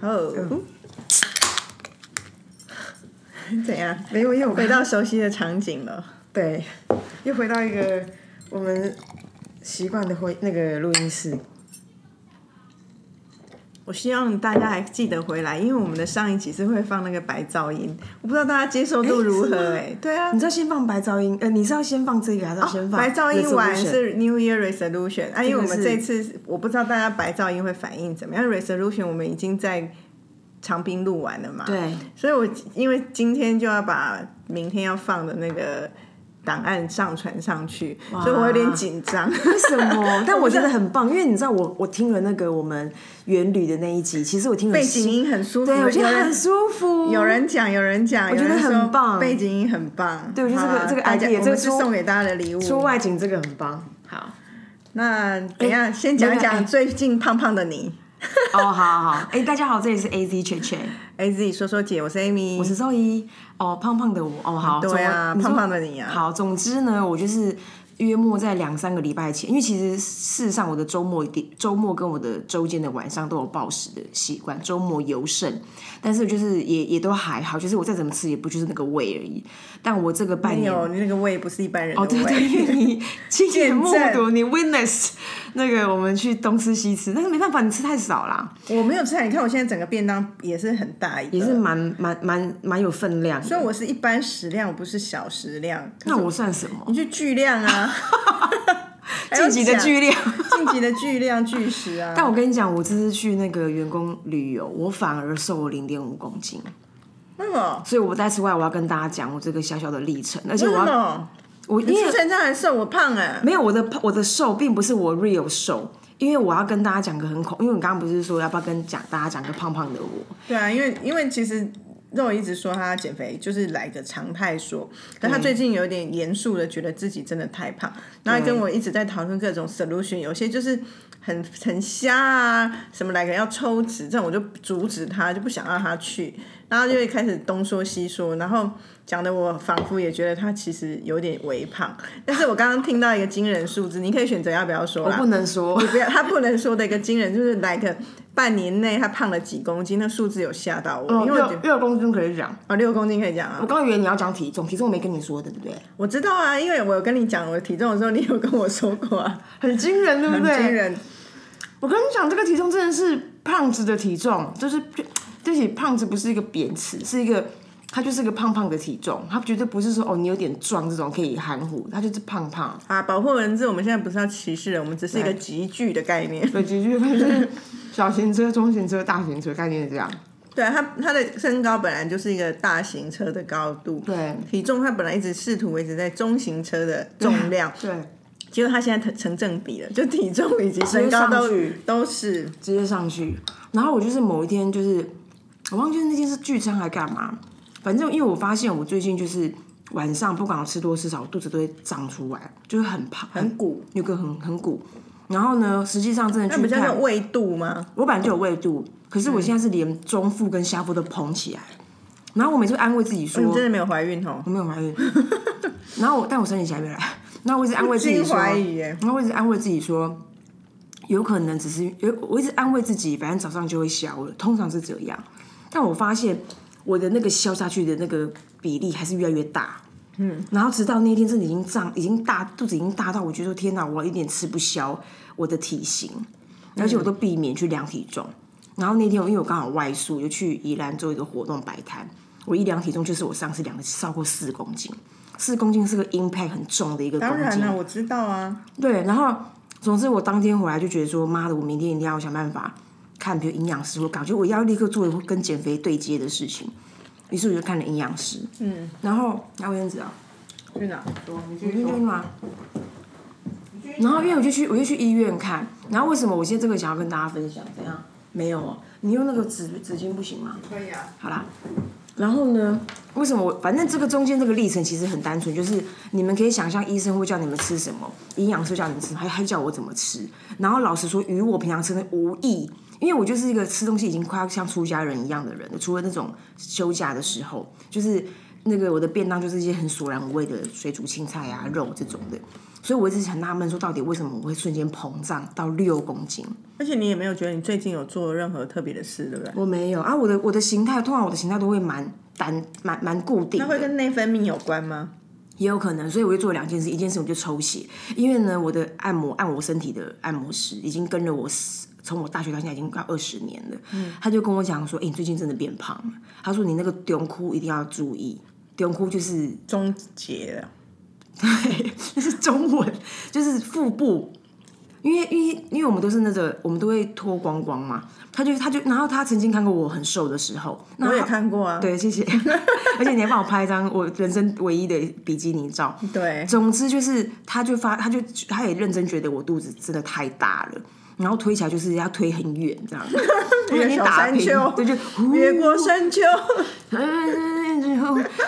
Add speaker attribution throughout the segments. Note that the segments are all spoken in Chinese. Speaker 1: 好，
Speaker 2: 嗯
Speaker 1: 怎样？
Speaker 2: 没有，因为我
Speaker 1: 回到熟悉的场景了。
Speaker 2: 对，又回到一个我们习惯的回那个录音室。
Speaker 1: 我希望大家还记得回来，因为我们的上一集是会放那个白噪音，我不知道大家接受度如何、
Speaker 2: 诶
Speaker 1: 哎、对啊
Speaker 2: 你，知道先放白噪音，呃，你是要先放这个还是要先放、
Speaker 1: 哦白噪音完。是 New Year Resolution，啊，因为我们这次我不知道大家白噪音会反应怎么样，Resolution 我们已经在长滨录完了嘛，
Speaker 2: 对，
Speaker 1: 所以我因为今天就要把明天要放的那个档案上传上去，
Speaker 2: 哇
Speaker 1: 所以我有点紧张。
Speaker 2: 为 什 么？但我觉得很棒，因为你知道我我听了那个我们元旅的那一集，其实我听了
Speaker 1: 背景音很舒服，
Speaker 2: 对我觉
Speaker 1: 有
Speaker 2: 得
Speaker 1: 人
Speaker 2: 很舒服。
Speaker 1: 有人讲，有人讲，
Speaker 2: 我觉
Speaker 1: 有
Speaker 2: 得
Speaker 1: 人说
Speaker 2: 很棒
Speaker 1: 背景音很棒。
Speaker 2: 对我觉得这个
Speaker 1: 好啊大
Speaker 2: 这个
Speaker 1: 家
Speaker 2: idea，
Speaker 1: 我
Speaker 2: 这个
Speaker 1: 们是
Speaker 2: 出
Speaker 1: 送给大家的礼
Speaker 2: 出
Speaker 1: 物。
Speaker 2: 外景这个很棒。好，
Speaker 1: 那等一下先讲
Speaker 2: 那个哎
Speaker 1: 讲最近胖胖的你
Speaker 2: 哦，好好，好哎、大家好，这里是 A Z 圈圈，
Speaker 1: ，A Z 哎说说姐，我是 Amy，
Speaker 2: 我是周一。哦，胖胖的我，哦，好，
Speaker 1: 对啊，
Speaker 2: 总你说
Speaker 1: 胖胖的你啊，
Speaker 2: 好，总之呢，我就是约莫在两三个礼拜前，因为其实事实上我的周末一定周末跟我的周间的晚上都有暴食的习惯，周末尤甚。但是就是也也都还好，就是我再怎么吃也不就是那个胃而已。但我这个半
Speaker 1: 没
Speaker 2: 年。
Speaker 1: 哎有你那个胃不是一般人的
Speaker 2: 哦，对对，因
Speaker 1: 胃，
Speaker 2: 为你亲眼目
Speaker 1: 见
Speaker 2: 睹，你 witness 那个我们去东吃西吃，但是没办法，你吃太少啦，
Speaker 1: 我没有吃啊，你看我现在整个便当也是很大一个，
Speaker 2: 也是蛮蛮蛮蛮有分量的。
Speaker 1: 所以我是一般食量，我不是小食量。
Speaker 2: 那我算什么？
Speaker 1: 你去巨量 啊，还要
Speaker 2: 晋级的
Speaker 1: 哎讲
Speaker 2: 剧烈。
Speaker 1: 晋级的巨量巨食 啊。
Speaker 2: 但我跟你讲，我这次去那个员工旅游，我反而瘦了零点五公斤，
Speaker 1: 为什么？
Speaker 2: 所以我在此外，我要跟大家讲我这个小小的历程，而且
Speaker 1: 为
Speaker 2: 我
Speaker 1: 什
Speaker 2: 要
Speaker 1: 么？
Speaker 2: 我因
Speaker 1: 你
Speaker 2: 为
Speaker 1: 出成这样还瘦，我胖哎、
Speaker 2: 没有我的我的瘦，并不是我 real 瘦，因为我要跟大家讲个很恐，因为你刚刚不是说要不要跟讲大家讲个胖胖的我，
Speaker 1: 对啊，因为因为其实肉一直说他减肥就是来个常态说，但他最近有点严肃的觉得自己真的太胖，然后跟我一直在讨论各种 solution，有些就是很很瞎啊，什么来个要抽脂这种，我就阻止他，就不想让他去，然后就会开始东说西说，然后。讲的我仿佛也觉得他其实有点微胖，但是我刚刚听到一个惊人数字，你可以选择要不要说
Speaker 2: 我
Speaker 1: 啦。
Speaker 2: 不能说
Speaker 1: 你不要，他不能说的一个惊人，就是来个半年内他胖了几公斤，那数字有吓到我， 因为我觉
Speaker 2: 嗯哦六
Speaker 1: 得
Speaker 2: 六公斤可以讲。
Speaker 1: 哦六公斤可以讲
Speaker 2: 我
Speaker 1: 啊，
Speaker 2: 刚刚以为你要讲体重，体重我没跟你说的，对不对？
Speaker 1: 我知道啊，因为我有跟你讲我体重的时候，你有跟我说过啊，
Speaker 2: 很惊人，对不
Speaker 1: 很
Speaker 2: 对？
Speaker 1: 惊人，
Speaker 2: 我跟你讲，这个体重真的是胖子的体重，就是 就对不起，胖子不是一个贬词，是一个他就是一个胖胖的体重，他绝对不是说哦你有点壮这种可以含糊，他就是胖胖。
Speaker 1: 啊，保护文字，我们现在不是要歧视人，我们只是一个集聚的概念。
Speaker 2: 对，几句就是小型车、中型车、大型车概念是这样。
Speaker 1: 对啊，他他的身高本来就是一个大型车的高度，
Speaker 2: 对
Speaker 1: 体重他本来一直试图维持在中型车的重量，
Speaker 2: 对，
Speaker 1: 结果他现在成成正比了，就体重以及身高
Speaker 2: 直
Speaker 1: 都
Speaker 2: 接上去
Speaker 1: 都是
Speaker 2: 直接上去。然后我就是某一天就是我忘记那天是聚餐还干嘛，反正因为我发现我最近就是晚上不管我吃多吃少，我肚子都会胀出来，就是很胖，
Speaker 1: 很鼓，
Speaker 2: 有个很很鼓。然后呢，实际上真的
Speaker 1: 那
Speaker 2: 去
Speaker 1: 不叫
Speaker 2: 看
Speaker 1: 做，胃肚吗？
Speaker 2: 我本来就有胃肚，可是我现在是连中腹跟下腹都膨起来。然后我每次安慰自己说，
Speaker 1: 你真的没有怀孕哦？
Speaker 2: 我没有怀孕。然后我，但我生理期还没来。然后我一直安慰 自己
Speaker 1: 不禁
Speaker 2: 说，
Speaker 1: 怀疑耶
Speaker 2: 然后我一直安慰自己说，有可能只是有，我一直安慰自己，反正早上就会消了，通常是这样。但我发现我的那个消下去的那个比例还是越来越大。嗯，然后直到那一天真的已经胀，已经大肚子已经大到我觉得说天哪，我有点吃不消我的体型，而且我都避免去量体重。然后那天我因为我刚好外宿，就去宜兰做一个活动摆摊，我一量体重就是我上次量的超过四公斤，四公斤是个 impact 很重的一个公
Speaker 1: 当然
Speaker 2: 斤。
Speaker 1: 了、我知道啊，
Speaker 2: 对，然后总之我当天回来就觉得说，妈的，我明天一定要想办法看，比如营养师，我感觉我要立刻做跟减肥对接的事情。于是我就看了营养师，嗯，然后拿卫生纸啊，
Speaker 1: 去哪说？你
Speaker 2: 你
Speaker 1: 去
Speaker 2: 去
Speaker 1: 说
Speaker 2: 捐吗？哦然后因为我就去，我就去医院看。然后为什么我现在这个想要跟大家分享？怎样？没有哦，你用那个纸纸巾不行吗？
Speaker 1: 可以啊。
Speaker 2: 好啦，然后呢？为什么我反正这个中间这个历程其实很单纯，就是你们可以想象医生会叫你们吃什么，营养师叫你们吃什么，还还叫我怎么吃。然后老实说，与我平常吃的无异，因为我就是一个吃东西已经快要像出家人一样的人了，除了那种休假的时候，就是那个我的便当就是一些很索然无味的水煮青菜啊、肉这种的，所以我一直很纳闷说，到底为什么我会瞬间膨胀到六公斤？
Speaker 1: 而且你也没有觉得你最近有做任何特别的事，对不对？
Speaker 2: 我没有啊，我的我的形态，通常我的形态都会蛮单蛮蛮固定
Speaker 1: 那会
Speaker 2: 的，
Speaker 1: 跟内分泌有关吗？
Speaker 2: 也有可能，所以我就做了两件事，一件事我就抽血，因为呢，我的按摩按我身体的按摩师已经跟了我十从我大学到现在已经快二十年了，
Speaker 1: 嗯
Speaker 2: 他就跟我讲说，哎、你最近真的变胖了，他说你那个胸窟一定要注意，胸窟就是
Speaker 1: 终结了，
Speaker 2: 对，那是中文，就是腹部。因为因为因为我们都是那个，我们都会脱光光嘛。他就他就，然后他曾经看过我很瘦的时候，那
Speaker 1: 我也
Speaker 2: 他
Speaker 1: 看过啊。
Speaker 2: 对，谢谢。 而且你还帮我拍一张我人生唯一的比基尼照。
Speaker 1: 对，
Speaker 2: 总之就是，他就发，他就他也认真觉得我肚子真的太大了，然后推起来就是要推很远 这样子，因为你
Speaker 1: 小
Speaker 2: 打
Speaker 1: 山
Speaker 2: 平
Speaker 1: 丘，
Speaker 2: 对，就呼哎
Speaker 1: 越过山 丘，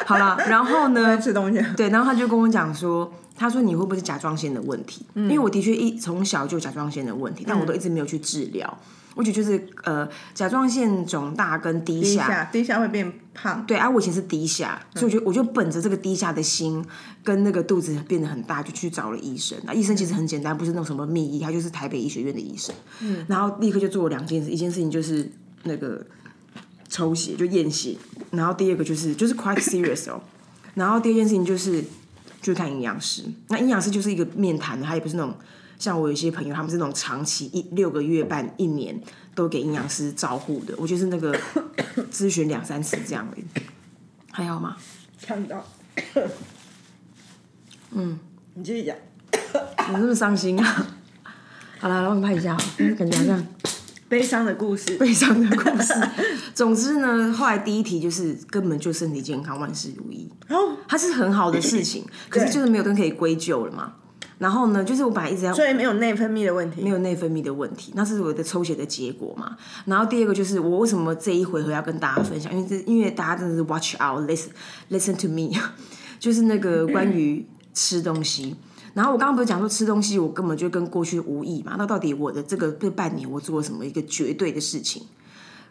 Speaker 2: 好了。然后呢，
Speaker 1: 吃东西。
Speaker 2: 对，然后他就跟我讲说，他说你会不会是甲状腺的问题？
Speaker 1: 嗯
Speaker 2: 因为我的确一从小就有甲状腺的问题，但我都一直没有去治疗。我觉得就是呃，甲状腺肿大跟低
Speaker 1: 低
Speaker 2: 下，
Speaker 1: 下，低下会变胖。
Speaker 2: 对啊，我以前是低下，所以我就我就本着这个低下的心，跟那个肚子变得很大，就去找了医生。那医生其实很简单，不是那种什么秘医，他就是台北医学院的医生。嗯，然后立刻就做了两件事，一件事情就是那个抽血就验血，然后第二个就是就是 quite serious 哦，然后第二件事情就是就是看营养师。那营养师就是一个面谈的，他也不是那种像我有一些朋友，他们是那种长期一六个月半一年都给营养师照护的，我就是那个 咨询两三次这样的。还好吗？
Speaker 1: 看 到。嗯，你继续讲。
Speaker 2: 你是不是伤心啊？ 好啦，让我拍一下，嗯感觉好像
Speaker 1: 悲伤的故事，
Speaker 2: 悲伤的故事。总之呢，后来第一题就是根本就身体健康，万事如意。
Speaker 1: 哦，
Speaker 2: 它是很好的事情，可是就是没有东西可以归咎了嘛。然后呢，就是我本来一直在
Speaker 1: 所以没有内分泌的问题
Speaker 2: 没。有内分泌的问题，那是我的抽血的结果嘛。然后第二个就是我为什么这一回合要跟大家分享，因为这因为大家真的是 watch out listen listen to me，就是 那个关于吃东西。然后我刚刚不是讲说吃东西，我根本就跟过去无异嘛。那到底我的这个这半年我做了什么一个绝对的事情？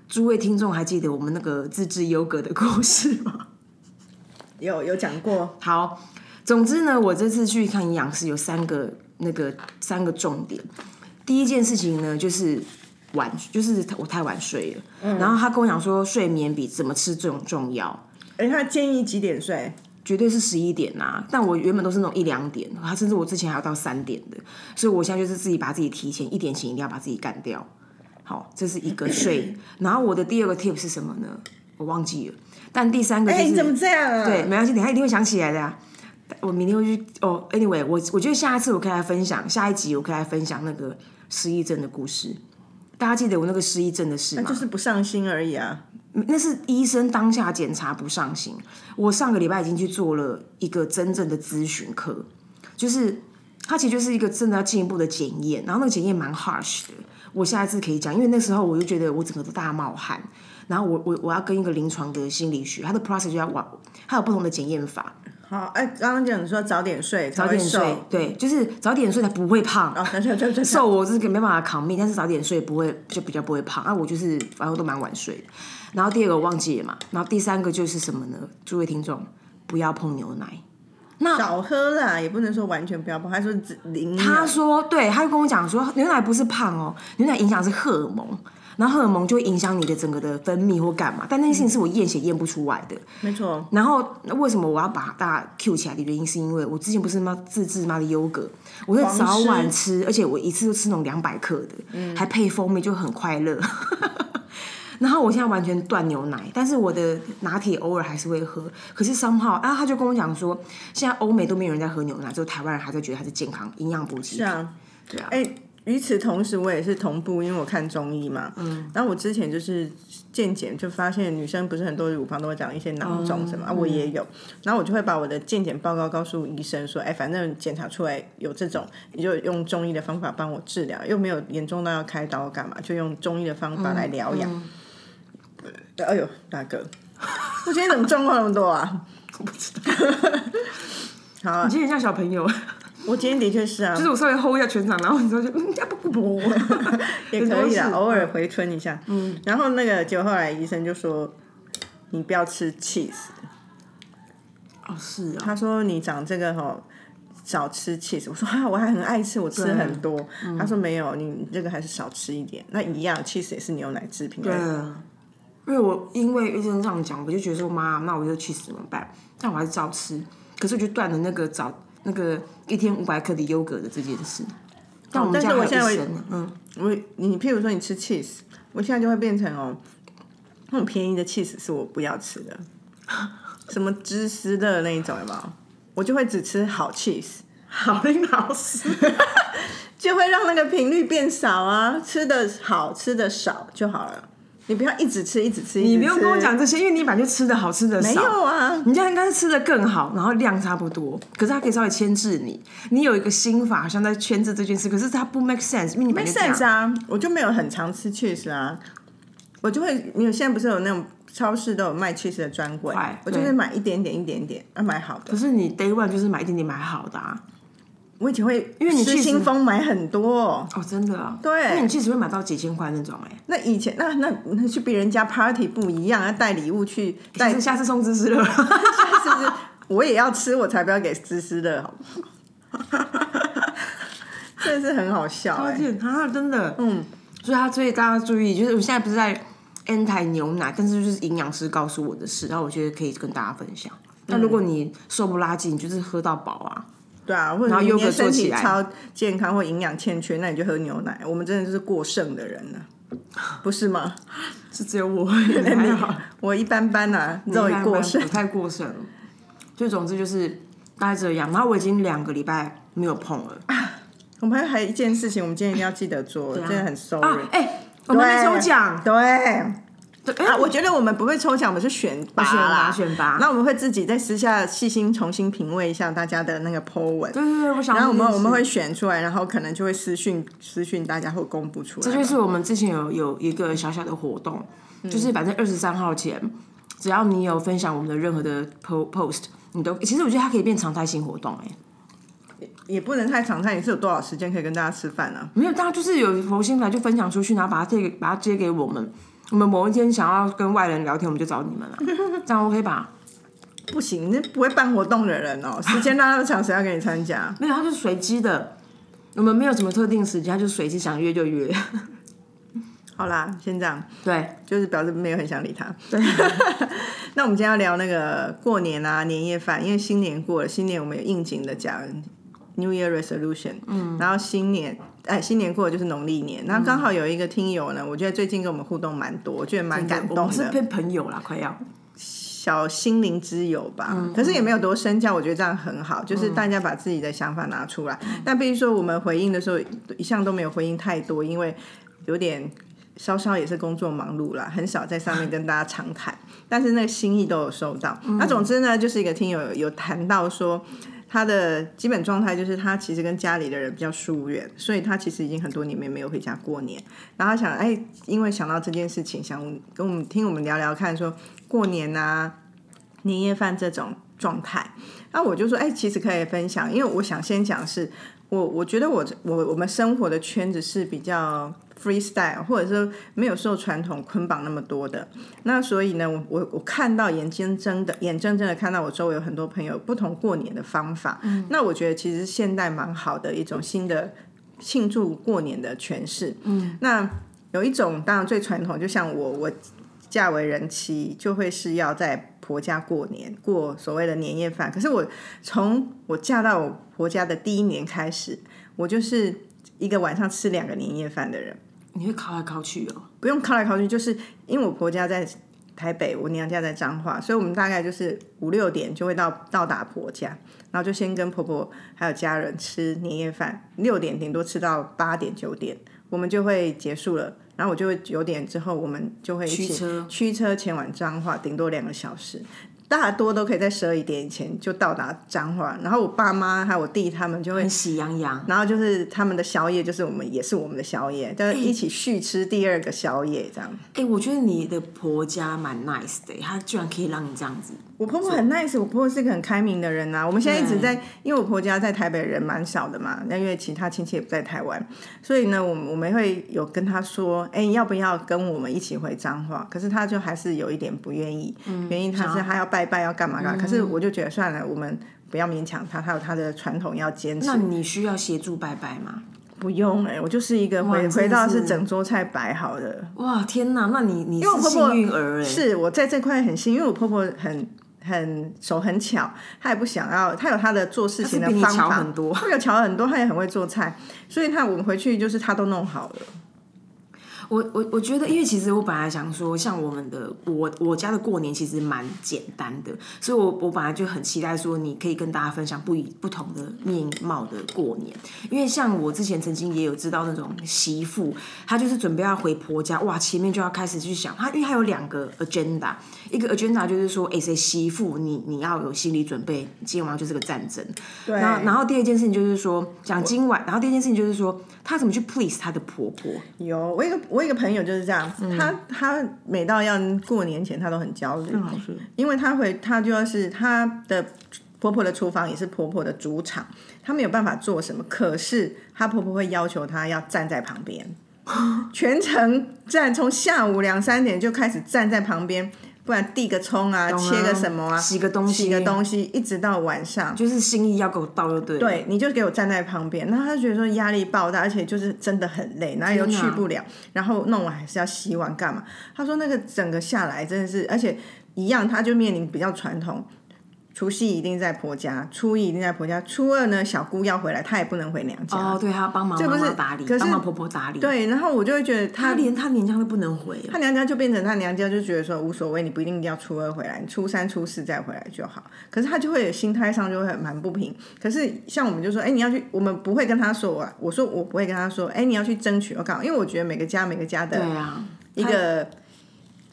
Speaker 2: 诸位听众还记得我们那个自制优格的故事吗？
Speaker 1: 有有讲过，
Speaker 2: 好，总之呢，我这次去看营养师有三个那个三个重点。第一件事情呢，就是晚，就是我太晚睡了。
Speaker 1: 嗯
Speaker 2: 然后他跟我讲说，睡眠比怎么吃这种重要，
Speaker 1: 而且哎他建议几点睡？
Speaker 2: 绝对是十一点呐、但我原本都是那种一两点，他甚至我之前还要到三点的，所以我现在就是自己把自己提前一点前一定要把自己干掉。好，这是一 个睡。然后我的第二个 tip 是什么呢？我忘记了。但第三个就
Speaker 1: 哎、
Speaker 2: 是、
Speaker 1: 你怎么这样啊？
Speaker 2: 对，，没关系，等一下一定会想起来的、啊。我明天会去哦。Anyway，我我觉得下一次我可以来分享，下一集我可以来分享那个失忆症的故事。大家记得我那个失忆症的事吗？
Speaker 1: 就是不上心而已啊。
Speaker 2: 那是医生当下检查不上心。我上个礼拜已经去做了一个真正的咨询课，就是它其实就是一个真的要进一步的检验，然后那个检验蛮 harsh 的。我下一次可以讲，因为那时候我就觉得我整个都大冒汗，然后我我我要跟一个临床的心理学，它的 process 就要往，它有不同的检验法，
Speaker 1: 好，哎、刚刚讲说早点睡，早
Speaker 2: 早点睡，对，就是早点睡才不会胖。
Speaker 1: 哦，对对对对，
Speaker 2: 瘦我是没办法扛命，但是早点睡不会就比较不会胖啊。我就是反正都蛮晚睡的。然后第二个我忘记了嘛，然后第三个就是什么呢？诸位听众，不要碰牛奶。
Speaker 1: 少喝啦，也不能说完全不要碰。他说只零
Speaker 2: 他
Speaker 1: 秒，
Speaker 2: 说，对，他就跟我讲说，牛奶不是胖哦，牛奶影响是荷尔蒙，然后荷尔蒙就会影响你的整个的分泌或干嘛。但那件事情是我验血验不出来的，
Speaker 1: 没错，
Speaker 2: 然后那为什么我要把大家 Q 起来的原因，是因为我之前不是妈自制妈的优格，我是早晚吃，而且我一次就吃那种两百克的，
Speaker 1: 嗯
Speaker 2: 还配蜂蜜，就很快乐。 然后我现在完全断牛奶，但是我的拿铁偶尔还是会喝。可是 somehow 啊，他就跟我讲说，现在欧美都没有人在喝牛奶，只有台湾人还在觉得它是健康营养补给
Speaker 1: 这。样。
Speaker 2: 对啊，
Speaker 1: 哎、与此同时，我也是同步，因为我看中医嘛。嗯。然后我之前就是健检，就发现女生不是很多乳房都会长一些囊肿
Speaker 2: 哦
Speaker 1: 什么、啊，我也有。然后我就会把我的健检报告告诉医生说，哎、反正检查出来有这种，你就用中医的方法帮我治疗，又没有严重到要开刀干嘛，就用中医的方法来
Speaker 2: 嗯
Speaker 1: 疗养。哎呦，大哥，我今天怎么状况那么多啊？ 我不知道。好啊
Speaker 2: 你，今天像小朋友，
Speaker 1: 我今天的确是啊，
Speaker 2: 就是我稍微 hold 一下全场，然后你知道就嗯，要不 不不，
Speaker 1: 也可以啦，
Speaker 2: 是嗯
Speaker 1: 偶尔回春一下。嗯，然后那个结果后来医生就说，你不要吃 cheese，
Speaker 2: 哦，是啊，
Speaker 1: 他说你长这个吼。少吃 cheese，我说啊，我还很爱吃，我吃很多。
Speaker 2: 嗯
Speaker 1: 他说没有，你这个还是少吃一点。那一样，cheese 也是牛奶制品。
Speaker 2: 对啊，因为我因为医生这样讲，我就觉得说妈，那我就去死怎么办？但我还是照吃，可是我就断了那个早那个一天五百克的优格的这件事。但我们
Speaker 1: 但是
Speaker 2: 家还有
Speaker 1: 我现在
Speaker 2: 医
Speaker 1: 有
Speaker 2: 生呢，嗯，
Speaker 1: 我你譬如说你吃 cheese，我现在就会变成哦，那种便宜的 cheese 是我不要吃 的，什么芝士的那一种有没有？我就会只吃好 cheese，
Speaker 2: 好令老师，
Speaker 1: 就会让那个频率变少啊，吃的好吃的少就好了，你不要一直吃一直吃。一直
Speaker 2: 你不用跟我
Speaker 1: 吃，
Speaker 2: 讲这些，因为你本来就吃的好吃的
Speaker 1: 没
Speaker 2: 少。
Speaker 1: 有啊，
Speaker 2: 你家应该是吃的更好，然后量差不多，可是它可以稍微牵制你。你有一个心法，好像在牵制这件事，可是它不 make sense，因为你本
Speaker 1: make
Speaker 2: 来就这样
Speaker 1: sense 啊，我就没有很常吃 cheese 啊，我就会，你现在不是有那种超市都有卖 cheese 的专柜
Speaker 2: 哎，
Speaker 1: 我就
Speaker 2: 对
Speaker 1: 会买一点点一点点，要、买好的
Speaker 2: 可。是你 day one 就是买一点点买好的啊，
Speaker 1: 我以前会
Speaker 2: 因为你
Speaker 1: 失
Speaker 2: 去
Speaker 1: 心
Speaker 2: 吃
Speaker 1: 疯买很多哦、
Speaker 2: 哦，真的啊，
Speaker 1: 对
Speaker 2: 那你其实会买到几千块那种哎、欸
Speaker 1: 那以前那那那去别人家 party 不一样，要带礼物去，带
Speaker 2: 但是下次送芝士 了，
Speaker 1: 是不是？我也要吃，我才不要给思思的，好 不好？啊真的是很好笑、
Speaker 2: 发
Speaker 1: 欸，
Speaker 2: 现啊，真的，嗯，所以他所以大家注意，就是我现在不是在 anti 牛奶，但是就是营养师告诉我的事，然后我觉得可以跟大家分享。
Speaker 1: 嗯
Speaker 2: 那如果你瘦不拉几，你就是喝到饱啊，
Speaker 1: 对啊，或
Speaker 2: 然
Speaker 1: 者
Speaker 2: 后
Speaker 1: 你
Speaker 2: 优
Speaker 1: 今
Speaker 2: 格
Speaker 1: 天
Speaker 2: 做
Speaker 1: 身
Speaker 2: 起
Speaker 1: 体
Speaker 2: 来
Speaker 1: 超健康或营养欠缺，那你就喝牛奶。我们真的就是过剩的人 呢、不是吗？
Speaker 2: 是只有我， 还好。
Speaker 1: 我一般般啊，肉也过剩
Speaker 2: 不。太过剩了。就总之就是大概这样。然后我已经两个礼拜没有碰了，
Speaker 1: 啊我们还还有一件事情，我们今天一定要记得做，真的很 sorry。
Speaker 2: 啊，哎、我们没抽奖，
Speaker 1: 对。对
Speaker 2: 对，哎、
Speaker 1: 啊，我觉得我们不会抽奖，我们是选拔
Speaker 2: 选拔
Speaker 1: 啦，
Speaker 2: 选拔
Speaker 1: 那我们会自己在私下细心重新品味一下大家的那个 po 文，
Speaker 2: 对对对，我想。
Speaker 1: 然后我们我们，会选出来，然后可能就会私讯私讯大家会公布出来。
Speaker 2: 这就是我们之前有有一个小小的活动，
Speaker 1: 嗯
Speaker 2: 就是反正二十三号前，只要你有分享我们的任何的 po post，你都其实我觉得它可以变常态性活动、哎，
Speaker 1: 也不能太长，看你是有多少时间可以跟大家吃饭啊？
Speaker 2: 没有，大家就是有佛心来就分享出去，然后把它贴给把它接给我们。我们某一天想要跟外人聊天，我们就找 你们了，这样 OK 吧？
Speaker 1: 不行，那不会办活动的人哦，时间拉那么长，谁要跟你参加？
Speaker 2: 没有，它就是随机的，我们没有什么特定时间，它就随机想约就约。
Speaker 1: 好啦，先这样，
Speaker 2: 对，
Speaker 1: 就是表示没有很想理他。对， 那我们今天要聊那个过年啊，年夜饭，因为新年过了，新年我们有应景的讲 New Year Resolution，嗯，然后新年，哎，新年过了就是农历年，
Speaker 2: 嗯
Speaker 1: 那刚好有一个听友呢，我觉得最近跟我们互动蛮多，我觉得蛮感
Speaker 2: 我
Speaker 1: 动
Speaker 2: 们是
Speaker 1: 的，
Speaker 2: 变朋友啦，快要。
Speaker 1: 小心灵之友吧，可是也没有多深交，我觉得这样很好，就是大家把自己的想法拿出来，但必须说我们回应的时候一向都没有回应太多，因为有点。稍稍也是工作忙碌啦，很少在上面跟大家长谈，但是那个心意都有收到。那总之呢，就是一个听友有有谈到说，他的基本状态就是他其实跟家里的人比较疏远，所以他其实已经很多年没没有回家过年。然后他想，哎，因为想到这件事情，想跟我们听我们聊聊看，说过年啊、年夜饭这种状态。那我就说，哎，其实可以分享，因为我想先讲是，我我觉得我我我们生活的圈子是比较 freestyle，或者是没有受传统捆绑那么多的。那所以呢，我我我看到眼睁睁的眼睁睁的看到我周围有很多朋友不同过年的方法，那我觉得其实现代蛮好的一种新的庆祝过年的诠释。嗯，那有一种当然最传统，就像我我嫁为人妻，就会是要在婆家过年，过所谓的年夜饭。可是我从我嫁到我婆家的第一年开始，我就是一个晚上吃两个年夜饭的人，
Speaker 2: 你会考来考去哦，
Speaker 1: 不用靠来靠去，就是因为我婆家在台北，我娘家在彰化，所以我们大概就是五六点就会到到达婆家，然后就先跟婆婆还有家人吃年夜饭，六点顶多吃到八点九点，我们就会结束了。然后我就会九点之后，我们就会一起
Speaker 2: 驱车
Speaker 1: 驱车前往彰化，顶多两个小时，大多都可以在十二一点以前就到达彰化。然后我爸妈还有我弟他们就会
Speaker 2: 很喜洋洋。
Speaker 1: 然后就是他们的宵夜，就是我们也是我们的宵夜，就是一起续吃第二个宵夜这样。
Speaker 2: 哎、我觉得你的婆家蛮 nice 的，她居然可以让你这样子。
Speaker 1: 我婆婆很 nice，我婆婆是个很开明的人啊。我们现在一直在，因为我婆家在台北人蛮少的嘛，那因为其他亲戚也不在台湾，所以呢，我们我们会有跟她说，哎、要不要跟我们一起回彰化？可是她就还是有一点不愿意，原因她是她要拜拜，要干嘛干嘛。可是我就觉得算了，我们不要勉强他，他有他的传统要坚持
Speaker 2: 那。你需要协助拜拜吗？
Speaker 1: 不用哎、我就是一个回
Speaker 2: 你真
Speaker 1: 回
Speaker 2: 的
Speaker 1: 到是
Speaker 2: 是
Speaker 1: 整桌菜摆好的。
Speaker 2: 哇，天哪！那你你
Speaker 1: 我
Speaker 2: 是
Speaker 1: 婆婆
Speaker 2: 幸运儿哎、
Speaker 1: 是我在这块很幸运，因为我婆婆很很手很巧，她也不想要，她有她的做事情的
Speaker 2: 她是比你
Speaker 1: 方
Speaker 2: 巧
Speaker 1: 法，
Speaker 2: 很多
Speaker 1: 她有巧很多，她也很会做菜，所以她我们回去就是她都弄好了。
Speaker 2: 我我我觉得，因为其实我本来想说，像我们的我我家的过年其实蛮简单的，所以我我本来就很期待说，你可以跟大家分享不一不同的面貌的过年。因为像我之前曾经也有知道那种媳妇，她就是准备要回婆家，哇，前面就要开始去想，她因为她有两个 agenda，一个 agenda 就是说，哎、谁媳妇你你要有心理准备，今天晚上就是个战争。
Speaker 1: 对，
Speaker 2: 然后，然后第二件事情就是说，讲今晚。然后第二件事情就是说，她怎么去 please 她的婆婆。
Speaker 1: 有我一个我一个朋友就是这样，
Speaker 2: 嗯
Speaker 1: 她她每到要过年前她都很焦虑，因为她回她就要是她的婆婆的厨房也是婆婆的主场，她没有办法做什么，可是她婆婆会要求她要站在旁边， 全程站从下午两三点就开始站在旁边，不然递个葱啊，
Speaker 2: 懂啊
Speaker 1: 切个什么啊，
Speaker 2: 洗个东西
Speaker 1: 洗个东西，一直到晚上。
Speaker 2: 就是心意要给我到就对了。
Speaker 1: 对，你就给我站在旁边，然后他觉得说压力爆大，而且就是真的很累，哪里都
Speaker 2: 天
Speaker 1: 去
Speaker 2: 哪
Speaker 1: 不了，然后弄完还是要洗碗干嘛？他说那个整个下来真的是，而且一样，他就面临比较传统，除夕一定在婆家，初一一定在婆家，初二呢小姑要回来，她也不能回娘家。
Speaker 2: 哦，对，她帮忙
Speaker 1: 这不
Speaker 2: 妈
Speaker 1: 是
Speaker 2: 妈打理，
Speaker 1: 可是
Speaker 2: 帮忙婆婆打理。，
Speaker 1: 对，然后我就会觉得她
Speaker 2: 她连她娘家都不能回啊了。
Speaker 1: 她娘家就变成她娘家就觉得说无所谓，你不一定要初二回来，你初三、初四再回来就好。可是她就会有心态上就会很蛮不平。可是像我们就说，哎、你要去，我们不会跟她说啊，我说我不会跟她说，哎、你要去争取。我搞，因为我觉得每个家每个家
Speaker 2: 对
Speaker 1: 的
Speaker 2: 啊，
Speaker 1: 一个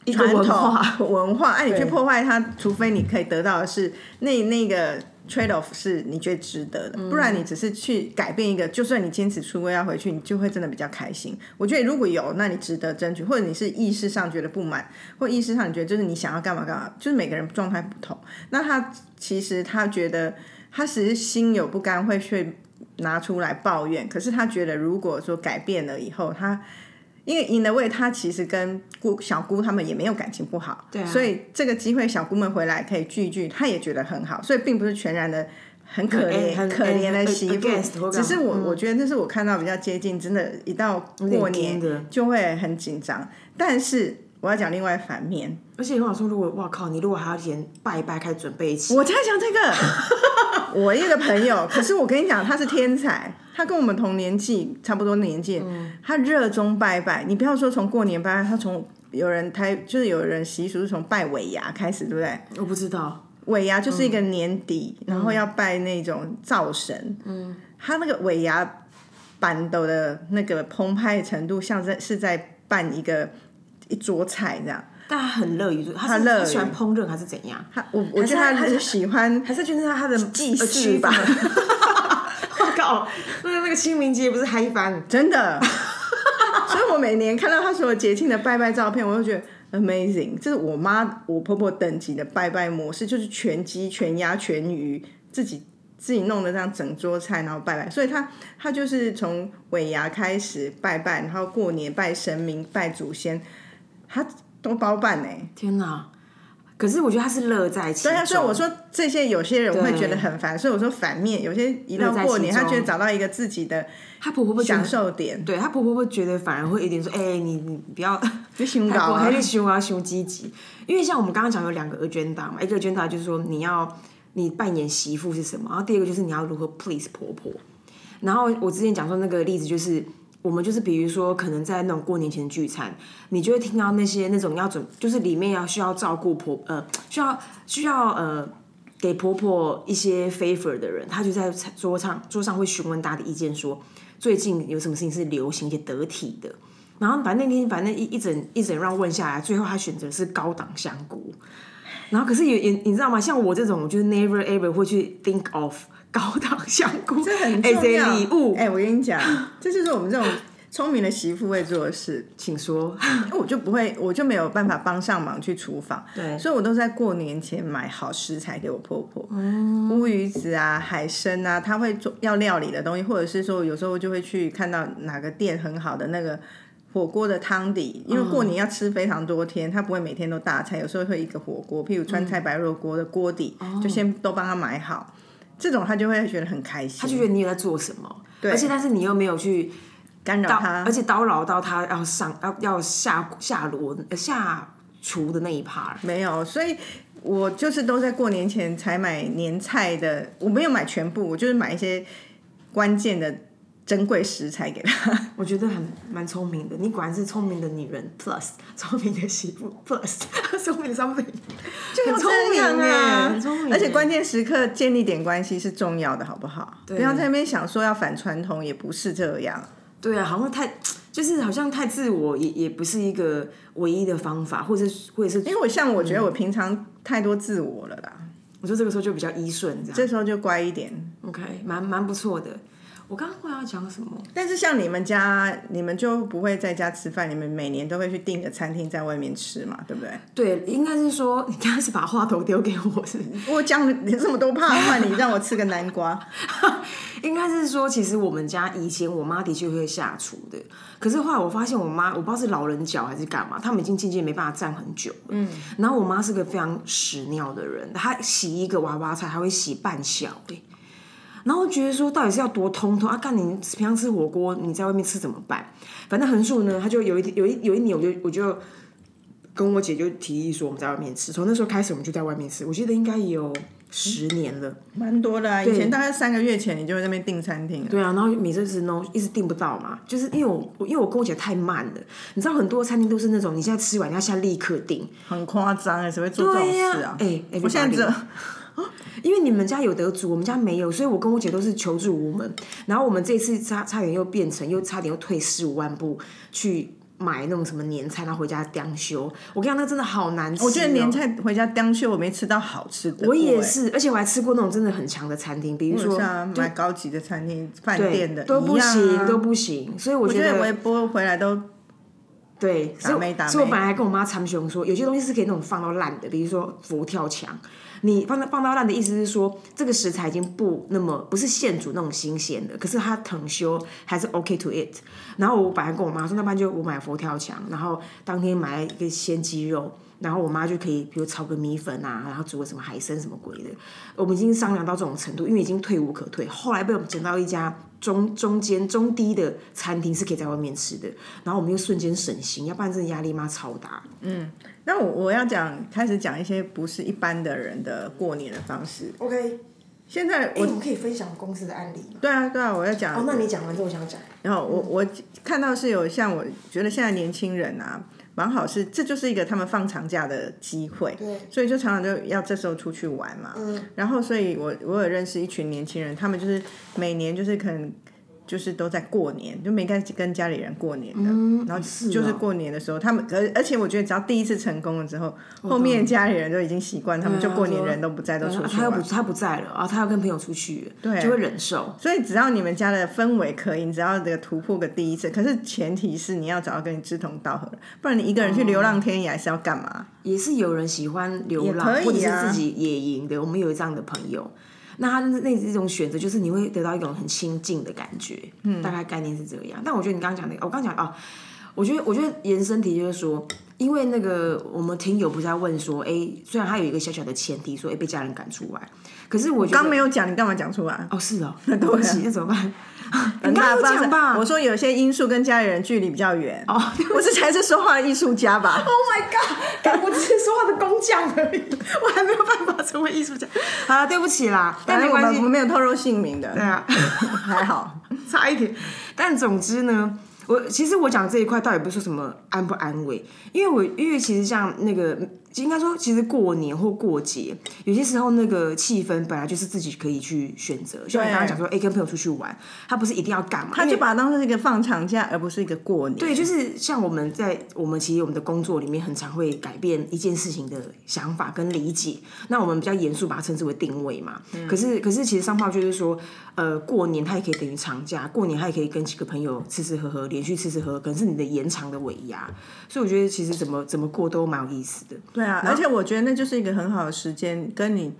Speaker 2: 一个
Speaker 1: 传
Speaker 2: 文化。
Speaker 1: 统 文化，哎、你去破坏它，除非你可以得到的是那那个 trade off 是你觉得值得的，
Speaker 2: 嗯
Speaker 1: 不然你只是去改变一个，就算你坚持出柜要回去，你就会真的比较开心。我觉得如果有，那你值得争取，或者你是意识上觉得不满，或意识上你觉得就是你想要干嘛干嘛，就是每个人状态不同。那他其实他觉得他只是心有不甘，会去拿出来抱怨，可是他觉得如果说改变了以后，他因为 in a way，他其实跟姑小姑他们也没有感情不好，
Speaker 2: 对啊
Speaker 1: 所以这个机会小姑们回来可以聚一聚，他也觉得很好，所以并不是全然的很可怜
Speaker 2: 很很
Speaker 1: 可怜的
Speaker 2: 很
Speaker 1: 媳妇
Speaker 2: against 或，干
Speaker 1: 只
Speaker 2: 嘛嗯
Speaker 1: 是我我觉得这是我看到比较接近，真的，一到过
Speaker 2: 有点
Speaker 1: 年
Speaker 2: 硬的
Speaker 1: 就会很紧张。但是我要讲另外反面，
Speaker 2: 而且我想说，如果哇靠，你如果还要连拜一拜开始准备起，
Speaker 1: 我在讲这个， 我一个朋友，可是我跟你讲，他是天才，他跟我们同年纪，差不多年纪，他热衷拜拜。你不要说从过年拜拜，他从有人台就是有人习俗是从拜尾牙开始，对不对？
Speaker 2: 我不知道。
Speaker 1: 尾牙就是一个年底，然后要拜那种灶神，嗯，他那个尾牙板斗的那个澎湃程度，像在是在办一个一桌菜这样。
Speaker 2: 但她很乐于做，她
Speaker 1: 她
Speaker 2: 是
Speaker 1: 乐于
Speaker 2: 她喜欢烹饪还是怎样？
Speaker 1: 他我我觉得
Speaker 2: 还
Speaker 1: 他
Speaker 2: 是他
Speaker 1: 很喜欢
Speaker 2: 还是就是她的
Speaker 1: 祭祀 吧
Speaker 2: 呃祭祀我靠，那那个清明节不是嗨翻？
Speaker 1: 真的。 所以我每年看到他所有节庆的拜拜照片，我就觉得 amazing。这是我妈、我婆婆等级的拜拜模式，就是全鸡、全鸭、全鱼，自己自己弄的这样整桌菜，然后拜拜。所以她她就是从尾牙开始拜拜，然后过年拜神明、拜祖先，她都包办呢、欸
Speaker 2: 天哪！可是我觉得她是乐在其中。
Speaker 1: 对啊，所以我说这些有些人会觉得很烦，所以我说反面，有些一到
Speaker 2: 乐在
Speaker 1: 过
Speaker 2: 其
Speaker 1: 年，他
Speaker 2: 中
Speaker 1: 觉得找到一个自己的
Speaker 2: 她婆婆不觉
Speaker 1: 享
Speaker 2: 得
Speaker 1: 受点，
Speaker 2: 对她婆婆会觉得反而会有点说，哎、你你不要，
Speaker 1: 你想
Speaker 2: 太
Speaker 1: 搞
Speaker 2: 过
Speaker 1: 啊
Speaker 2: 还是凶啊凶积极，因为像我们刚刚讲有两个 agenda 嘛，一个 agenda 就是说你要你扮演媳妇是什么，然后第二个就是你要如何 please 婆婆。然后我之前讲说那个例子就是。我们就是比如说，可能在那种过年前聚餐，你就会听到那些那种要准，就是里面要需要照顾婆呃，需要需要呃给婆婆一些 favor 的人，他就在桌上桌上会询问大家的意见说最近有什么事情是流行一些得体的。然后反正那天反正一一整一整让问下来，最后他选择是高档香菇。然后可是也也你知道吗？像我这种，我就是 never ever 会去 think of 高档香菇
Speaker 1: 这很
Speaker 2: as 哦
Speaker 1: 重
Speaker 2: a
Speaker 1: 要。
Speaker 2: 礼 物。
Speaker 1: 哎、我跟你讲，这就是我们这种聪明的媳妇会做的事。
Speaker 2: 请说，
Speaker 1: 因为我就不会，我就没有办法帮上忙去厨房，
Speaker 2: 对
Speaker 1: 所以我都在过年前买好食材给我婆婆，
Speaker 2: 哦
Speaker 1: 乌鱼子啊、海参啊，她会做要料理的东西，或者是说有时候就会去看到哪个店很好的那个火锅的汤底，因为过年要吃非常多天，他不会每天都大菜，有时候会一个火
Speaker 2: 嗯
Speaker 1: 锅，譬如川菜白肉锅的锅底，
Speaker 2: 哦
Speaker 1: 就先都帮他买好，这种他就会觉得很开
Speaker 2: 他
Speaker 1: 心，
Speaker 2: 就觉得你有在做什么，而且但是你又没有去
Speaker 1: 干扰
Speaker 2: 到，
Speaker 1: 他
Speaker 2: 而且叨扰到他要上要要下下罗呃下厨的那一 part，
Speaker 1: 没有，所以我就是都在过年前才买年菜的，我没有买全部，我就是买一些关键的珍贵食材给他。
Speaker 2: 我觉得很蛮聪明的。你果然是聪明的女人 plus 聪明的媳妇 plus 聪明的 something，就 很聪
Speaker 1: 这
Speaker 2: 明
Speaker 1: 样
Speaker 2: 啊，
Speaker 1: 欸
Speaker 2: 很聪明欸。
Speaker 1: 而且关键时刻建立点关系是重要的，好不好？
Speaker 2: 对
Speaker 1: 不要在那边想说要反传统，也不是这样。
Speaker 2: 对啊，好像太就是好像太自我也也不是一个唯一的方法，或者是或者是
Speaker 1: 因为我像我觉得我平常太多自我了啦，
Speaker 2: 我说这个时候就比较依顺这样。
Speaker 1: 这时候就乖一点。
Speaker 2: OK，蛮蛮不错的。我刚刚会要讲什么？
Speaker 1: 但是像你们家，你们就不会在家吃饭，你们每年都会去订个餐厅在外面吃嘛，对不对？
Speaker 2: 对，应该是说你刚刚是把话头丢给我是不是
Speaker 1: 我讲你这么多怕，换你让我吃个南 瓜。
Speaker 2: 应该是说，其实我们家以前我妈的确会下厨的，可是后来我发现我妈，我不知道是老人脚还是干嘛，他们已经渐渐没办法站很久了。嗯，然后我妈是个非常屎尿的人，她洗一个娃娃菜，她会洗半小、欸、然后觉得说，到底是要多通通啊？干你平常吃火锅，你在外面吃怎么办？反正横竖呢，她就有一天有一有一年，我就我就跟我姐就提议说，我们在外面吃。从那时候开始，我们就在外面吃。我记得应该有十年了。
Speaker 1: 蛮多的啊，以前大概三个月前你就会在那边订餐厅了。
Speaker 2: 对啊，然后每次吃 no 一直订不到嘛，就是因为我我因为我跟我姐太慢了，你知道很多餐厅都是那种你现在吃完你要下立刻订，
Speaker 1: 很夸张哎，谁会做这种事啊？
Speaker 2: 对呀哎
Speaker 1: 我现在只有
Speaker 2: everybody 因为你们家有得煮，我们家没有，所以我跟我姐都是求助无门。然后我们这次差差点又变成又差点又退十五万步去买那种什么年菜，然后回家当修。我跟你讲，那真的好难吃、哦
Speaker 1: 我觉得年。菜回家当秀，我没吃到好吃的。
Speaker 2: 我也，是，而且我还吃过那种真的很强的餐厅，比如说
Speaker 1: 像买高级的餐厅、饭店啊的
Speaker 2: 都不
Speaker 1: 一
Speaker 2: 行、
Speaker 1: 样啊
Speaker 2: 都不行，所以我
Speaker 1: 我
Speaker 2: 觉
Speaker 1: 觉
Speaker 2: 得
Speaker 1: 得微波回来都
Speaker 2: 对，所以
Speaker 1: 霉打
Speaker 2: 我所以我
Speaker 1: 霉
Speaker 2: 本来还跟我妈长雄说，有些东西是可以那种放到烂的，比如说佛跳墙，你放到放到烂的意思是说，这个食材已经不那么不是现煮那种新鲜的，可是它藤修还是 OK to it。然后我本来跟我妈说，那不然就我买佛跳墙，然后当天买了一个鲜鸡肉。然后我妈就可以，比如炒个米粉啊，然后煮个什么海参什么鬼的。我们已经商量到这种程度，因为已经退无可退。后来被我们捡到一家中中间中低的餐厅是可以在外面吃的，然后我们又瞬间省心，要不然真的压力妈超大。
Speaker 1: 那我我要讲，开始讲一些不是一般的人的过年的方式。
Speaker 2: OK，哎
Speaker 1: 现在
Speaker 2: 我
Speaker 1: 我，
Speaker 2: 们可以分享公司的案例吗？
Speaker 1: 对啊对啊，我要讲。
Speaker 2: 哦，那你讲完之后我想讲。
Speaker 1: 然后我我看到是有像我觉得现在年轻人啊，蛮好是这就是一个他们放长假的机会，
Speaker 2: 对，
Speaker 1: 所以就常常就要这时候出去玩嘛。嗯，然后所以我我有认识一群年轻人，他们就是每年就是可能就是都在过年，就没跟跟家里人过年的，然后
Speaker 2: 是
Speaker 1: 就是
Speaker 2: 哦
Speaker 1: 过年的时候，他们而而且我觉得只要第一次成功了之后，后面家里人就已经习惯，他们就过年人都不在，都出
Speaker 2: 啊
Speaker 1: 去
Speaker 2: 他又
Speaker 1: 玩
Speaker 2: 不。他不在了啊，他要跟朋友出去，
Speaker 1: 对
Speaker 2: 就会忍受。
Speaker 1: 所以只要你们家的氛围可以，你只要这个突破个第一次，可是前提是你要找到跟你志同道合的，不然你一个人去流浪天涯是要干嘛？
Speaker 2: 也是嗯有人喜欢流浪，
Speaker 1: 也可以啊
Speaker 2: 或者是自己野营的。我们有这样的朋友，那他那这种选择就是你会得到一种很亲近的感觉，嗯，大概概念是这样。但我觉得你刚刚讲那个，我刚刚讲哦，我觉得我觉得延伸题就是说，因为那个我们听友不是在问说，哎、虽然他有一个小小的前提说，哎、被家人赶出来，可是我觉
Speaker 1: 刚
Speaker 2: 得
Speaker 1: 没有讲，你干嘛讲出来？啊
Speaker 2: 哦是 哦，对不起，那怎么办？你刚
Speaker 1: 大
Speaker 2: 刚有
Speaker 1: 家
Speaker 2: 讲吧
Speaker 1: 我说有些因素跟家里人距离比较远，
Speaker 2: 哦
Speaker 1: 我这才是说话的艺术家 吧？
Speaker 2: Oh my god！我只是说话的工匠而已， 我还没有办法成为艺术家。好了，对不起啦，但
Speaker 1: 反
Speaker 2: 没
Speaker 1: 正我
Speaker 2: 关
Speaker 1: 们我
Speaker 2: 系
Speaker 1: 们。没有透露姓名的，
Speaker 2: 对啊，
Speaker 1: 还好。
Speaker 2: 差一点。但总之呢，我其实我讲这一块倒也不是说什么安不安慰，因为我因为其实像那个，应该说其实过年或过节，有些时候那个气氛本来就是自己可以去选择。像你刚刚讲说，哎、跟朋友出去玩，他不是一定要干嘛，
Speaker 1: 他
Speaker 2: 因为
Speaker 1: 就把它当成是一个放长假，而不是一个过年。
Speaker 2: 对，就是像我们在我们其实我们的工作里面，很常会改变一件事情的想法跟理解。那我们比较严肃，把它称之为定位嘛。
Speaker 1: 嗯
Speaker 2: 可是可是其实上炮就是说，呃，过年它也可以等于长假，过年它也可以跟几个朋友吃吃喝喝，连续吃吃喝喝，可能是你的延长的尾牙。所以我觉得其实怎么怎么过都蛮有意思的。
Speaker 1: 对啊，而且我觉得那就是一个很好的时间，跟你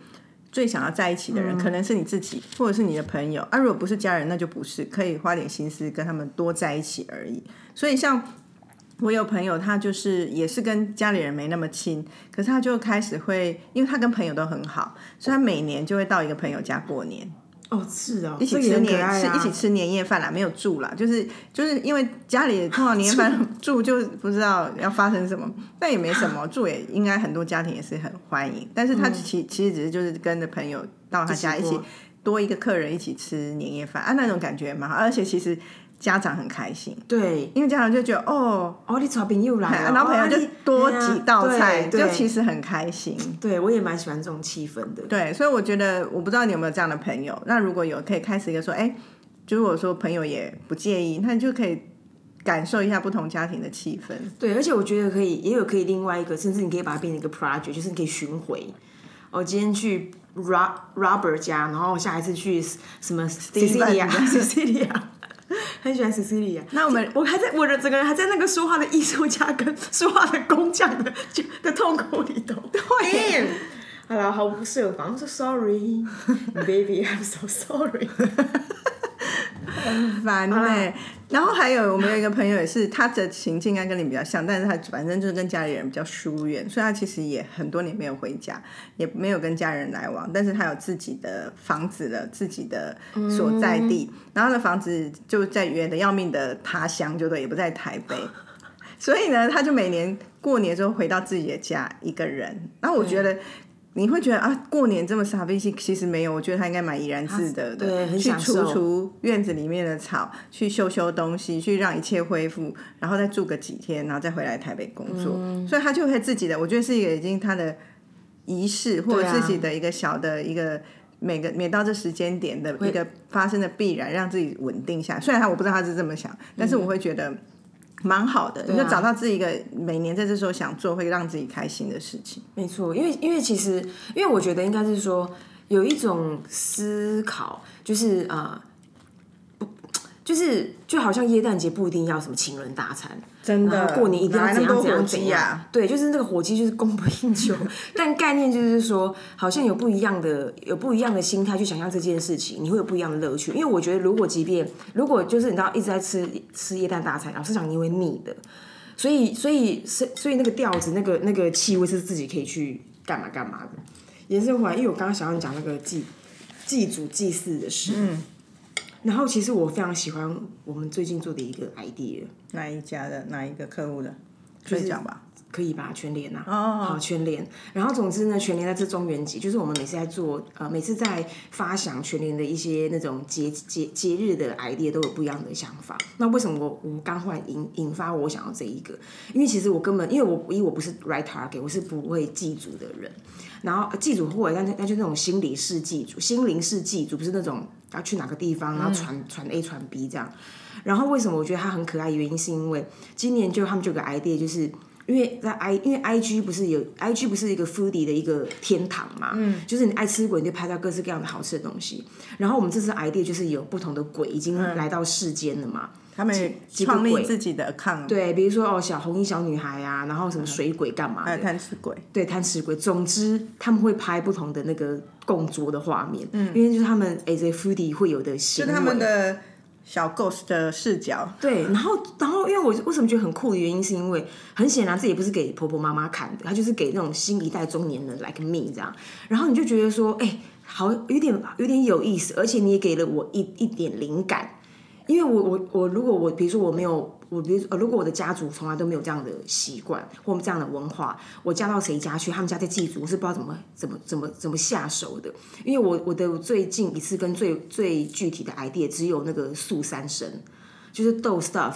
Speaker 1: 最想要在一起的人，可能是你自己，或者是你的朋友。啊，如果不是家人，那就不是，可以花点心思跟他们多在一起而已。所以像我有朋友，他就是也是跟家里人没那么亲，可是他就开始会，因为他跟朋友都很好，所以他每年就会到一个朋友家过年。
Speaker 2: 哦，是哦，
Speaker 1: 一
Speaker 2: 一
Speaker 1: 起吃年、吃一起吃年夜饭啦，没有住啦，就是就是因为家里通常年夜 饭住就不知道要发生什么，但也没什么，住也应该很多家庭也是很欢迎，但是他其、其实只是就是跟着朋友到他家一起
Speaker 2: 嗯过
Speaker 1: 多一个客人一起吃年夜饭啊，那种感觉蛮好，而且其实家长很开心，
Speaker 2: 对，
Speaker 1: 因为家长就觉得哦，
Speaker 2: 哦，你找朋友来
Speaker 1: 哎
Speaker 2: 了，
Speaker 1: 然后朋友
Speaker 2: 哦
Speaker 1: 就
Speaker 2: 你
Speaker 1: 多
Speaker 2: 哎呀
Speaker 1: 几道
Speaker 2: 对
Speaker 1: 菜，
Speaker 2: 对
Speaker 1: 就其实很开心。
Speaker 2: 对我也蛮喜欢这种气氛的。
Speaker 1: 对，所以我觉得我不知道你有没有这样的朋友。那如果有，可以开始一个说，哎、就如果说朋友也不介意，那你就可以感受一下不同家庭的气氛。
Speaker 2: 对，而且我觉得可以，也有可以另外一个，甚至你可以把它变成一个 project，就是你可以巡回。哦，今天去 Rob Robert 家，然后下一次去什么 Cecilia Cecilia，很喜欢 Cecilia。
Speaker 1: 那我们
Speaker 2: 我还在我的整个人还在那个说话的艺术家跟说话的工匠的就的痛苦里头。 对。好了，毫不设防，说 sorry，baby，I'm so sorry。
Speaker 1: 很烦哎、然后还有我们有一个朋友也是，他的情境应该跟你比较像，但是他反正就是跟家里人比较疏远，所以他其实也很多年没有回家，也没有跟家人来往，但是他有自己的房子了，自己的
Speaker 2: 嗯
Speaker 1: 所在地，然后他的房子就在远的要命的他乡，就对，也不在台北。 所以呢，他就每年过年之后回到自己的家一个人。然后我觉得你会觉得啊，过年这么傻逼，其其实没有，我觉得他应该蛮怡然自得
Speaker 2: 他对
Speaker 1: 的，
Speaker 2: 很
Speaker 1: 去
Speaker 2: 享
Speaker 1: 除
Speaker 2: 受
Speaker 1: 除院子里面的草，去修修东西，去让一切恢复，然后再住个几天，然后再回来台北工作。
Speaker 2: 嗯
Speaker 1: 所以他就会自己的，我觉得是一个已经他的仪式或
Speaker 2: 对
Speaker 1: 者
Speaker 2: 啊
Speaker 1: 自己的一个小的一个。每个每到这时间点的一个发生的必然，让自己稳定下来。虽然他我不知道他是这么想，但是我会觉得蛮好的。你就找到自己一个每年在这时候想做会让自己开心的事情。
Speaker 2: 没错，因为因为其实，因为我觉得应该是说有一种思考，就是呃，不，就是就好像耶诞节不一定要什么情人大餐，
Speaker 1: 真
Speaker 2: 然后过年一定要
Speaker 1: 哪来那
Speaker 2: 怎
Speaker 1: 么多
Speaker 2: 样怎
Speaker 1: 火
Speaker 2: 样怎
Speaker 1: 鸡
Speaker 2: 样，
Speaker 1: 啊？
Speaker 2: 对，就是那个火鸡就是供不应 求，但概念就是说，好像有不一样的有不一样的心态去想象这件事情，你会有不一样的乐趣。因为我觉得，如果即便如果就是你知道一直在吃吃夜蛋大餐，老实讲你会腻的，所以所以所以所以那个调子那个那个气味是自己可以去干嘛干嘛的。延伸回来，因为我刚刚想要你讲那个祭祭祖祭祀的事，嗯。然后其实我非常喜欢我们最近做的一个 idea，
Speaker 1: 哪一家的哪一个客户的？可以讲吧。
Speaker 2: 可以吧？全联呐、啊，好全联。然后总之呢，全联在这中元节，就是我们每次在做呃，每次在发想全联的一些那种节节节日的 idea 都有不一样的想法。那为什么我我刚换引引发我想要这一个？因为其实我根本因为我因为我不是 right target，我是不会祭祖的人。然后祭祖或者那那就那种心理式祭祖，心灵式祭祖，不是那种要去哪个地方，然后传传 A 传 B 这样。然后为什么我觉得它很可爱？原因是因为今年就他们就有个 idea，就是因为在 i 因为 i g 不是有 i g 不是一个 foodie 的一个天堂嘛，嗯，就是你爱吃鬼，你就拍到各式各样的好吃的东西。然后我们这次 idea 就是有不同的鬼已经来到世间了嘛，
Speaker 1: 他们
Speaker 2: 几个
Speaker 1: 创立
Speaker 2: 鬼
Speaker 1: 自己的 account，
Speaker 2: 对，比如说哦小红衣小女孩啊，然后
Speaker 1: 嗯
Speaker 2: 什么水鬼干嘛
Speaker 1: 还
Speaker 2: 的
Speaker 1: 有，贪吃鬼。
Speaker 2: 对贪吃鬼。总之，他们会拍不同的那个供桌的画面，嗯，因为就是他们 as a foodie 会有的行
Speaker 1: 就
Speaker 2: 为，
Speaker 1: 他们的小 ghost 的视角，
Speaker 2: 对，然后然后因为我为什么觉得很酷的原因，是因为很显然这也不是给婆婆妈妈看的，它就是给那种新一代中年人 like me 这样，然后你就觉得说，哎、好有点有点有意思，而且你也给了我一一点灵感，因为我我我如果我比如说我没有。我比如说呃，如果我的家族从来都没有这样的习惯或这样的文化，我嫁到谁家去，他们家在祭祖，我是不知道怎么怎么怎么怎么下手的。因为我我的最近一次跟最最具体的 idea 只有那个素三生，就是豆 stuff。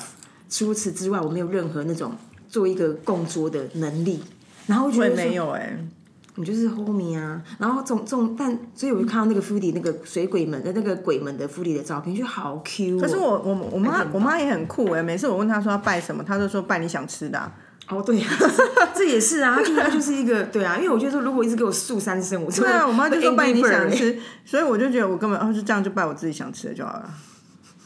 Speaker 2: 除此之外，我没有任何那种做一个供桌的能力。然后我觉
Speaker 1: 我也
Speaker 2: 得
Speaker 1: 没
Speaker 2: 说，
Speaker 1: 有哎、
Speaker 2: 你就是 homie 啊。然后总总，但所以我就看到那个 foodie 那个水鬼们的呃那个鬼们的 foodie 的照片，就好 Q、哦。
Speaker 1: 可是我我我妈我妈也很酷哎、每次我问她说要拜什么，她就说拜你想吃的啊、
Speaker 2: 哦，对、啊， 这也是啊，就是它就是一个对啊，因为我觉得说，如果一直给我素三声，我真的
Speaker 1: 对啊，我妈就说
Speaker 2: 会
Speaker 1: 拜
Speaker 2: angry
Speaker 1: 你
Speaker 2: bird
Speaker 1: 想
Speaker 2: 欸
Speaker 1: 吃，所以我就觉得我根本哦就这样就拜我自己想吃的就好了，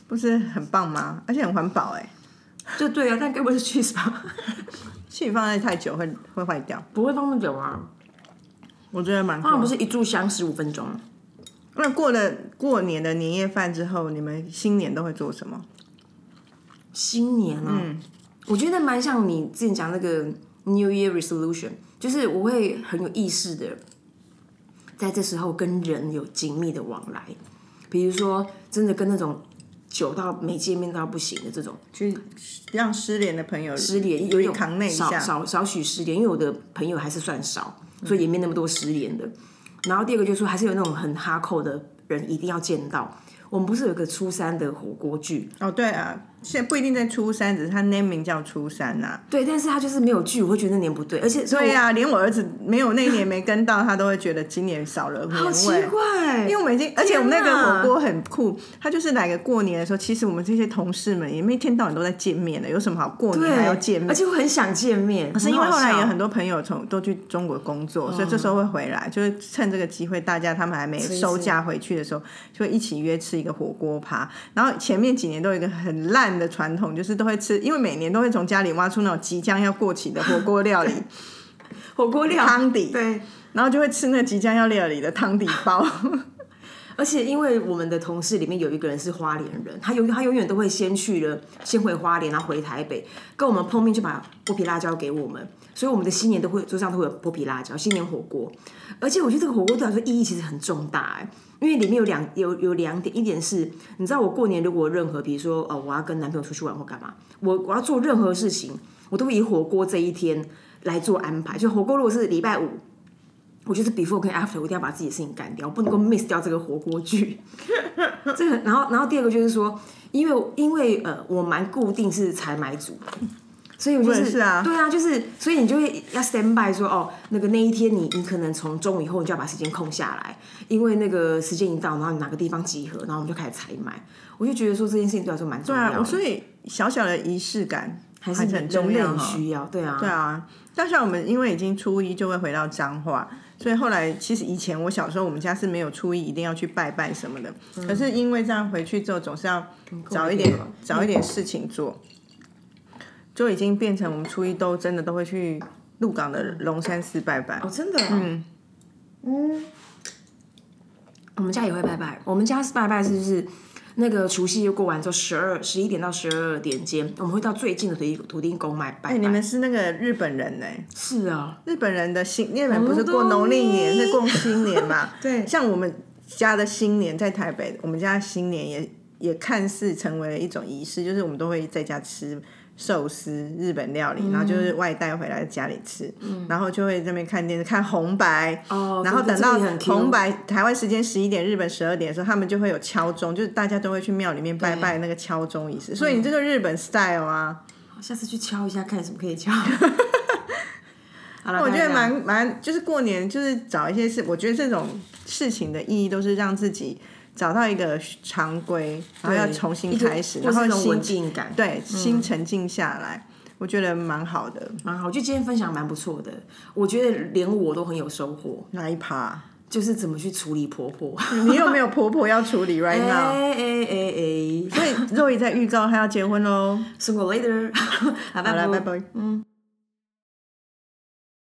Speaker 1: 不是很棒吗？而且很环保哎、
Speaker 2: 就对啊，但该不会是 cheese 吧？
Speaker 1: 气放在太久会会坏掉，
Speaker 2: 不会放那么久啊，
Speaker 1: 啊我觉得蛮酷
Speaker 2: 通。常不是一炷香十五分钟。
Speaker 1: 那过了过年的年夜饭之后，你们新年都会做什么？嗯
Speaker 2: 新年啊，我觉得蛮像你之前讲那个 New Year Resolution，就是我会很有意识的，在这时候跟人有紧密的往来，比如说真的跟那种久到没见面到不行的这种
Speaker 1: 去让失联的朋友
Speaker 2: 失联，
Speaker 1: 有
Speaker 2: 有一
Speaker 1: 点
Speaker 2: 种
Speaker 1: 扛那一
Speaker 2: 少
Speaker 1: 下，嗯
Speaker 2: 少少许失联，因为我的朋友还是算少，所以也没那么多失联的。然后第二个就是说，还是有那种很哈扣的人一定要见到。我们不是有个初三的火锅剧，
Speaker 1: 哦，对啊，现在不一定在初三，只是他 naming 叫初三呐、啊
Speaker 2: 对，但是他就是没有剧，我会觉得那年不对，而且所以
Speaker 1: 对呀、啊连我儿子没有那一年没跟到，他都会觉得今年少了
Speaker 2: 我好
Speaker 1: 年
Speaker 2: 奇
Speaker 1: 味。
Speaker 2: 怪，
Speaker 1: 因为我们已经，而且我们那
Speaker 2: 天
Speaker 1: 个
Speaker 2: 哪
Speaker 1: 火锅很酷，它就是来个过年的时候，其实我们这些同事们也没一天到晚都在见面的，有什么好过年还要见面
Speaker 2: 而？且我很想见面。可
Speaker 1: 是因为后来有很多朋友从都去中国工作，所以这时候会回来，就是趁这个机会，大家他们还没
Speaker 2: 吃
Speaker 1: 收假回去的时候，就会一起约吃一个火锅趴。然后前面几年都有一个很烂的传统，就是都会吃，因为每年都会从家里挖出那种即将要过期的火锅料理
Speaker 2: 火锅料
Speaker 1: 汤底，
Speaker 2: 对，
Speaker 1: 然后就会吃那即将要料理的汤底包。
Speaker 2: 而且因为我们的同事里面有一个人是花莲人，他永他永远都会先去了，先回花莲，然后回台北，跟我们碰面就把剥皮辣椒给我们，所以我们的新年都会桌上都会有剥皮辣椒，新年火锅。而且我觉得这个火锅对我来说意义其实很重大哎、因为里面有两有有两点，一点是你知道我过年如果有任何比如说呃我要跟男朋友出去玩或干嘛，我我要做任何事情，我都会以火锅这一天来做安排。就火锅如果是礼拜五，我就是 before 跟 after，我一定要把自己的事情干掉，我不能够 miss 掉这个火锅剧。这个，然后，然后第二个就是说，因为因为呃，我蛮固定是采买组的，所以我就
Speaker 1: 我也
Speaker 2: 是
Speaker 1: 是啊
Speaker 2: 对啊，就是所以你就会要 stand by 说哦，那个那一天你你可能从中午以后你就要把时间空下来，因为那个时间一到，然后你哪个地方集合，然后我们就开始采买。我就觉得说这件事情对我来说蛮重
Speaker 1: 对
Speaker 2: 要
Speaker 1: 啊，
Speaker 2: 的，
Speaker 1: 所以小小的仪式感还
Speaker 2: 还是
Speaker 1: 很重
Speaker 2: 人类
Speaker 1: 要
Speaker 2: 很
Speaker 1: 哈。
Speaker 2: 需要，对啊，
Speaker 1: 对啊，但像我们因为已经初一就会回到彰化，所以后来其实以前我小时候我们家是没有初一一定要去拜拜什么的，可是因为这样回去之后总是要
Speaker 2: 嗯
Speaker 1: 找一点找一点事情做，就已经变成我们初一都真的都会去鹿港的龙山寺拜拜。
Speaker 2: 哦，真的、嗯嗯，我们家也会拜拜。我们家是拜拜是就是那个除夕又过完之后，十二十一点到十二点间，我们会到最近的土地土地公买拜
Speaker 1: 哎、
Speaker 2: 拜。
Speaker 1: 你们是那个日本人呢、
Speaker 2: 是啊，
Speaker 1: 日本人的新日本不是过
Speaker 2: 红豆
Speaker 1: 农历年，
Speaker 2: 泥
Speaker 1: 是过新年嘛？
Speaker 2: 哦对
Speaker 1: 像我们家的新年在台北，我们家的新年也也看似成为了一种仪式，就是我们都会在家吃寿司、日本料
Speaker 2: 嗯
Speaker 1: 理，然后就是外带回来家里吃，然后就会这边看电视看红白。
Speaker 2: 哦，
Speaker 1: 然后
Speaker 2: 对
Speaker 1: 等
Speaker 2: 对
Speaker 1: 到
Speaker 2: 这里很 Q
Speaker 1: 红白台湾时间十一点，日本十二点的时候，他们就会有敲钟，就是大家都会去庙里面拜
Speaker 2: 对嗯
Speaker 1: 拜那个敲钟仪式。所以你这个日本 style 啊，
Speaker 2: 下次去敲一下，看有什么可 以敲。好了，
Speaker 1: 我觉
Speaker 2: 大
Speaker 1: 得
Speaker 2: 家
Speaker 1: 蛮蛮，就是过年就是找一些事，我觉得这种事情的意义都是让自己找到一个常规，然后要
Speaker 2: 对
Speaker 1: 重新
Speaker 2: 一个
Speaker 1: 开始，
Speaker 2: 或
Speaker 1: 然
Speaker 2: 是
Speaker 1: 后
Speaker 2: 那种
Speaker 1: 心
Speaker 2: 稳定嗯感，
Speaker 1: 对心沉静下来，我觉得蛮好的。
Speaker 2: 蛮好。我觉得今天分享蛮不错的，我觉得连我都很有收获，
Speaker 1: 哪一趴？
Speaker 2: 就是怎么去处理婆婆。
Speaker 1: 你有没有婆婆要处理 right
Speaker 2: 哎
Speaker 1: now？
Speaker 2: 哎哎哎，
Speaker 1: 所以肉姨在预告她要结婚喽。
Speaker 2: 送我 later，好，
Speaker 1: 好
Speaker 2: 拜
Speaker 1: 了，
Speaker 2: 拜
Speaker 1: 拜。拜。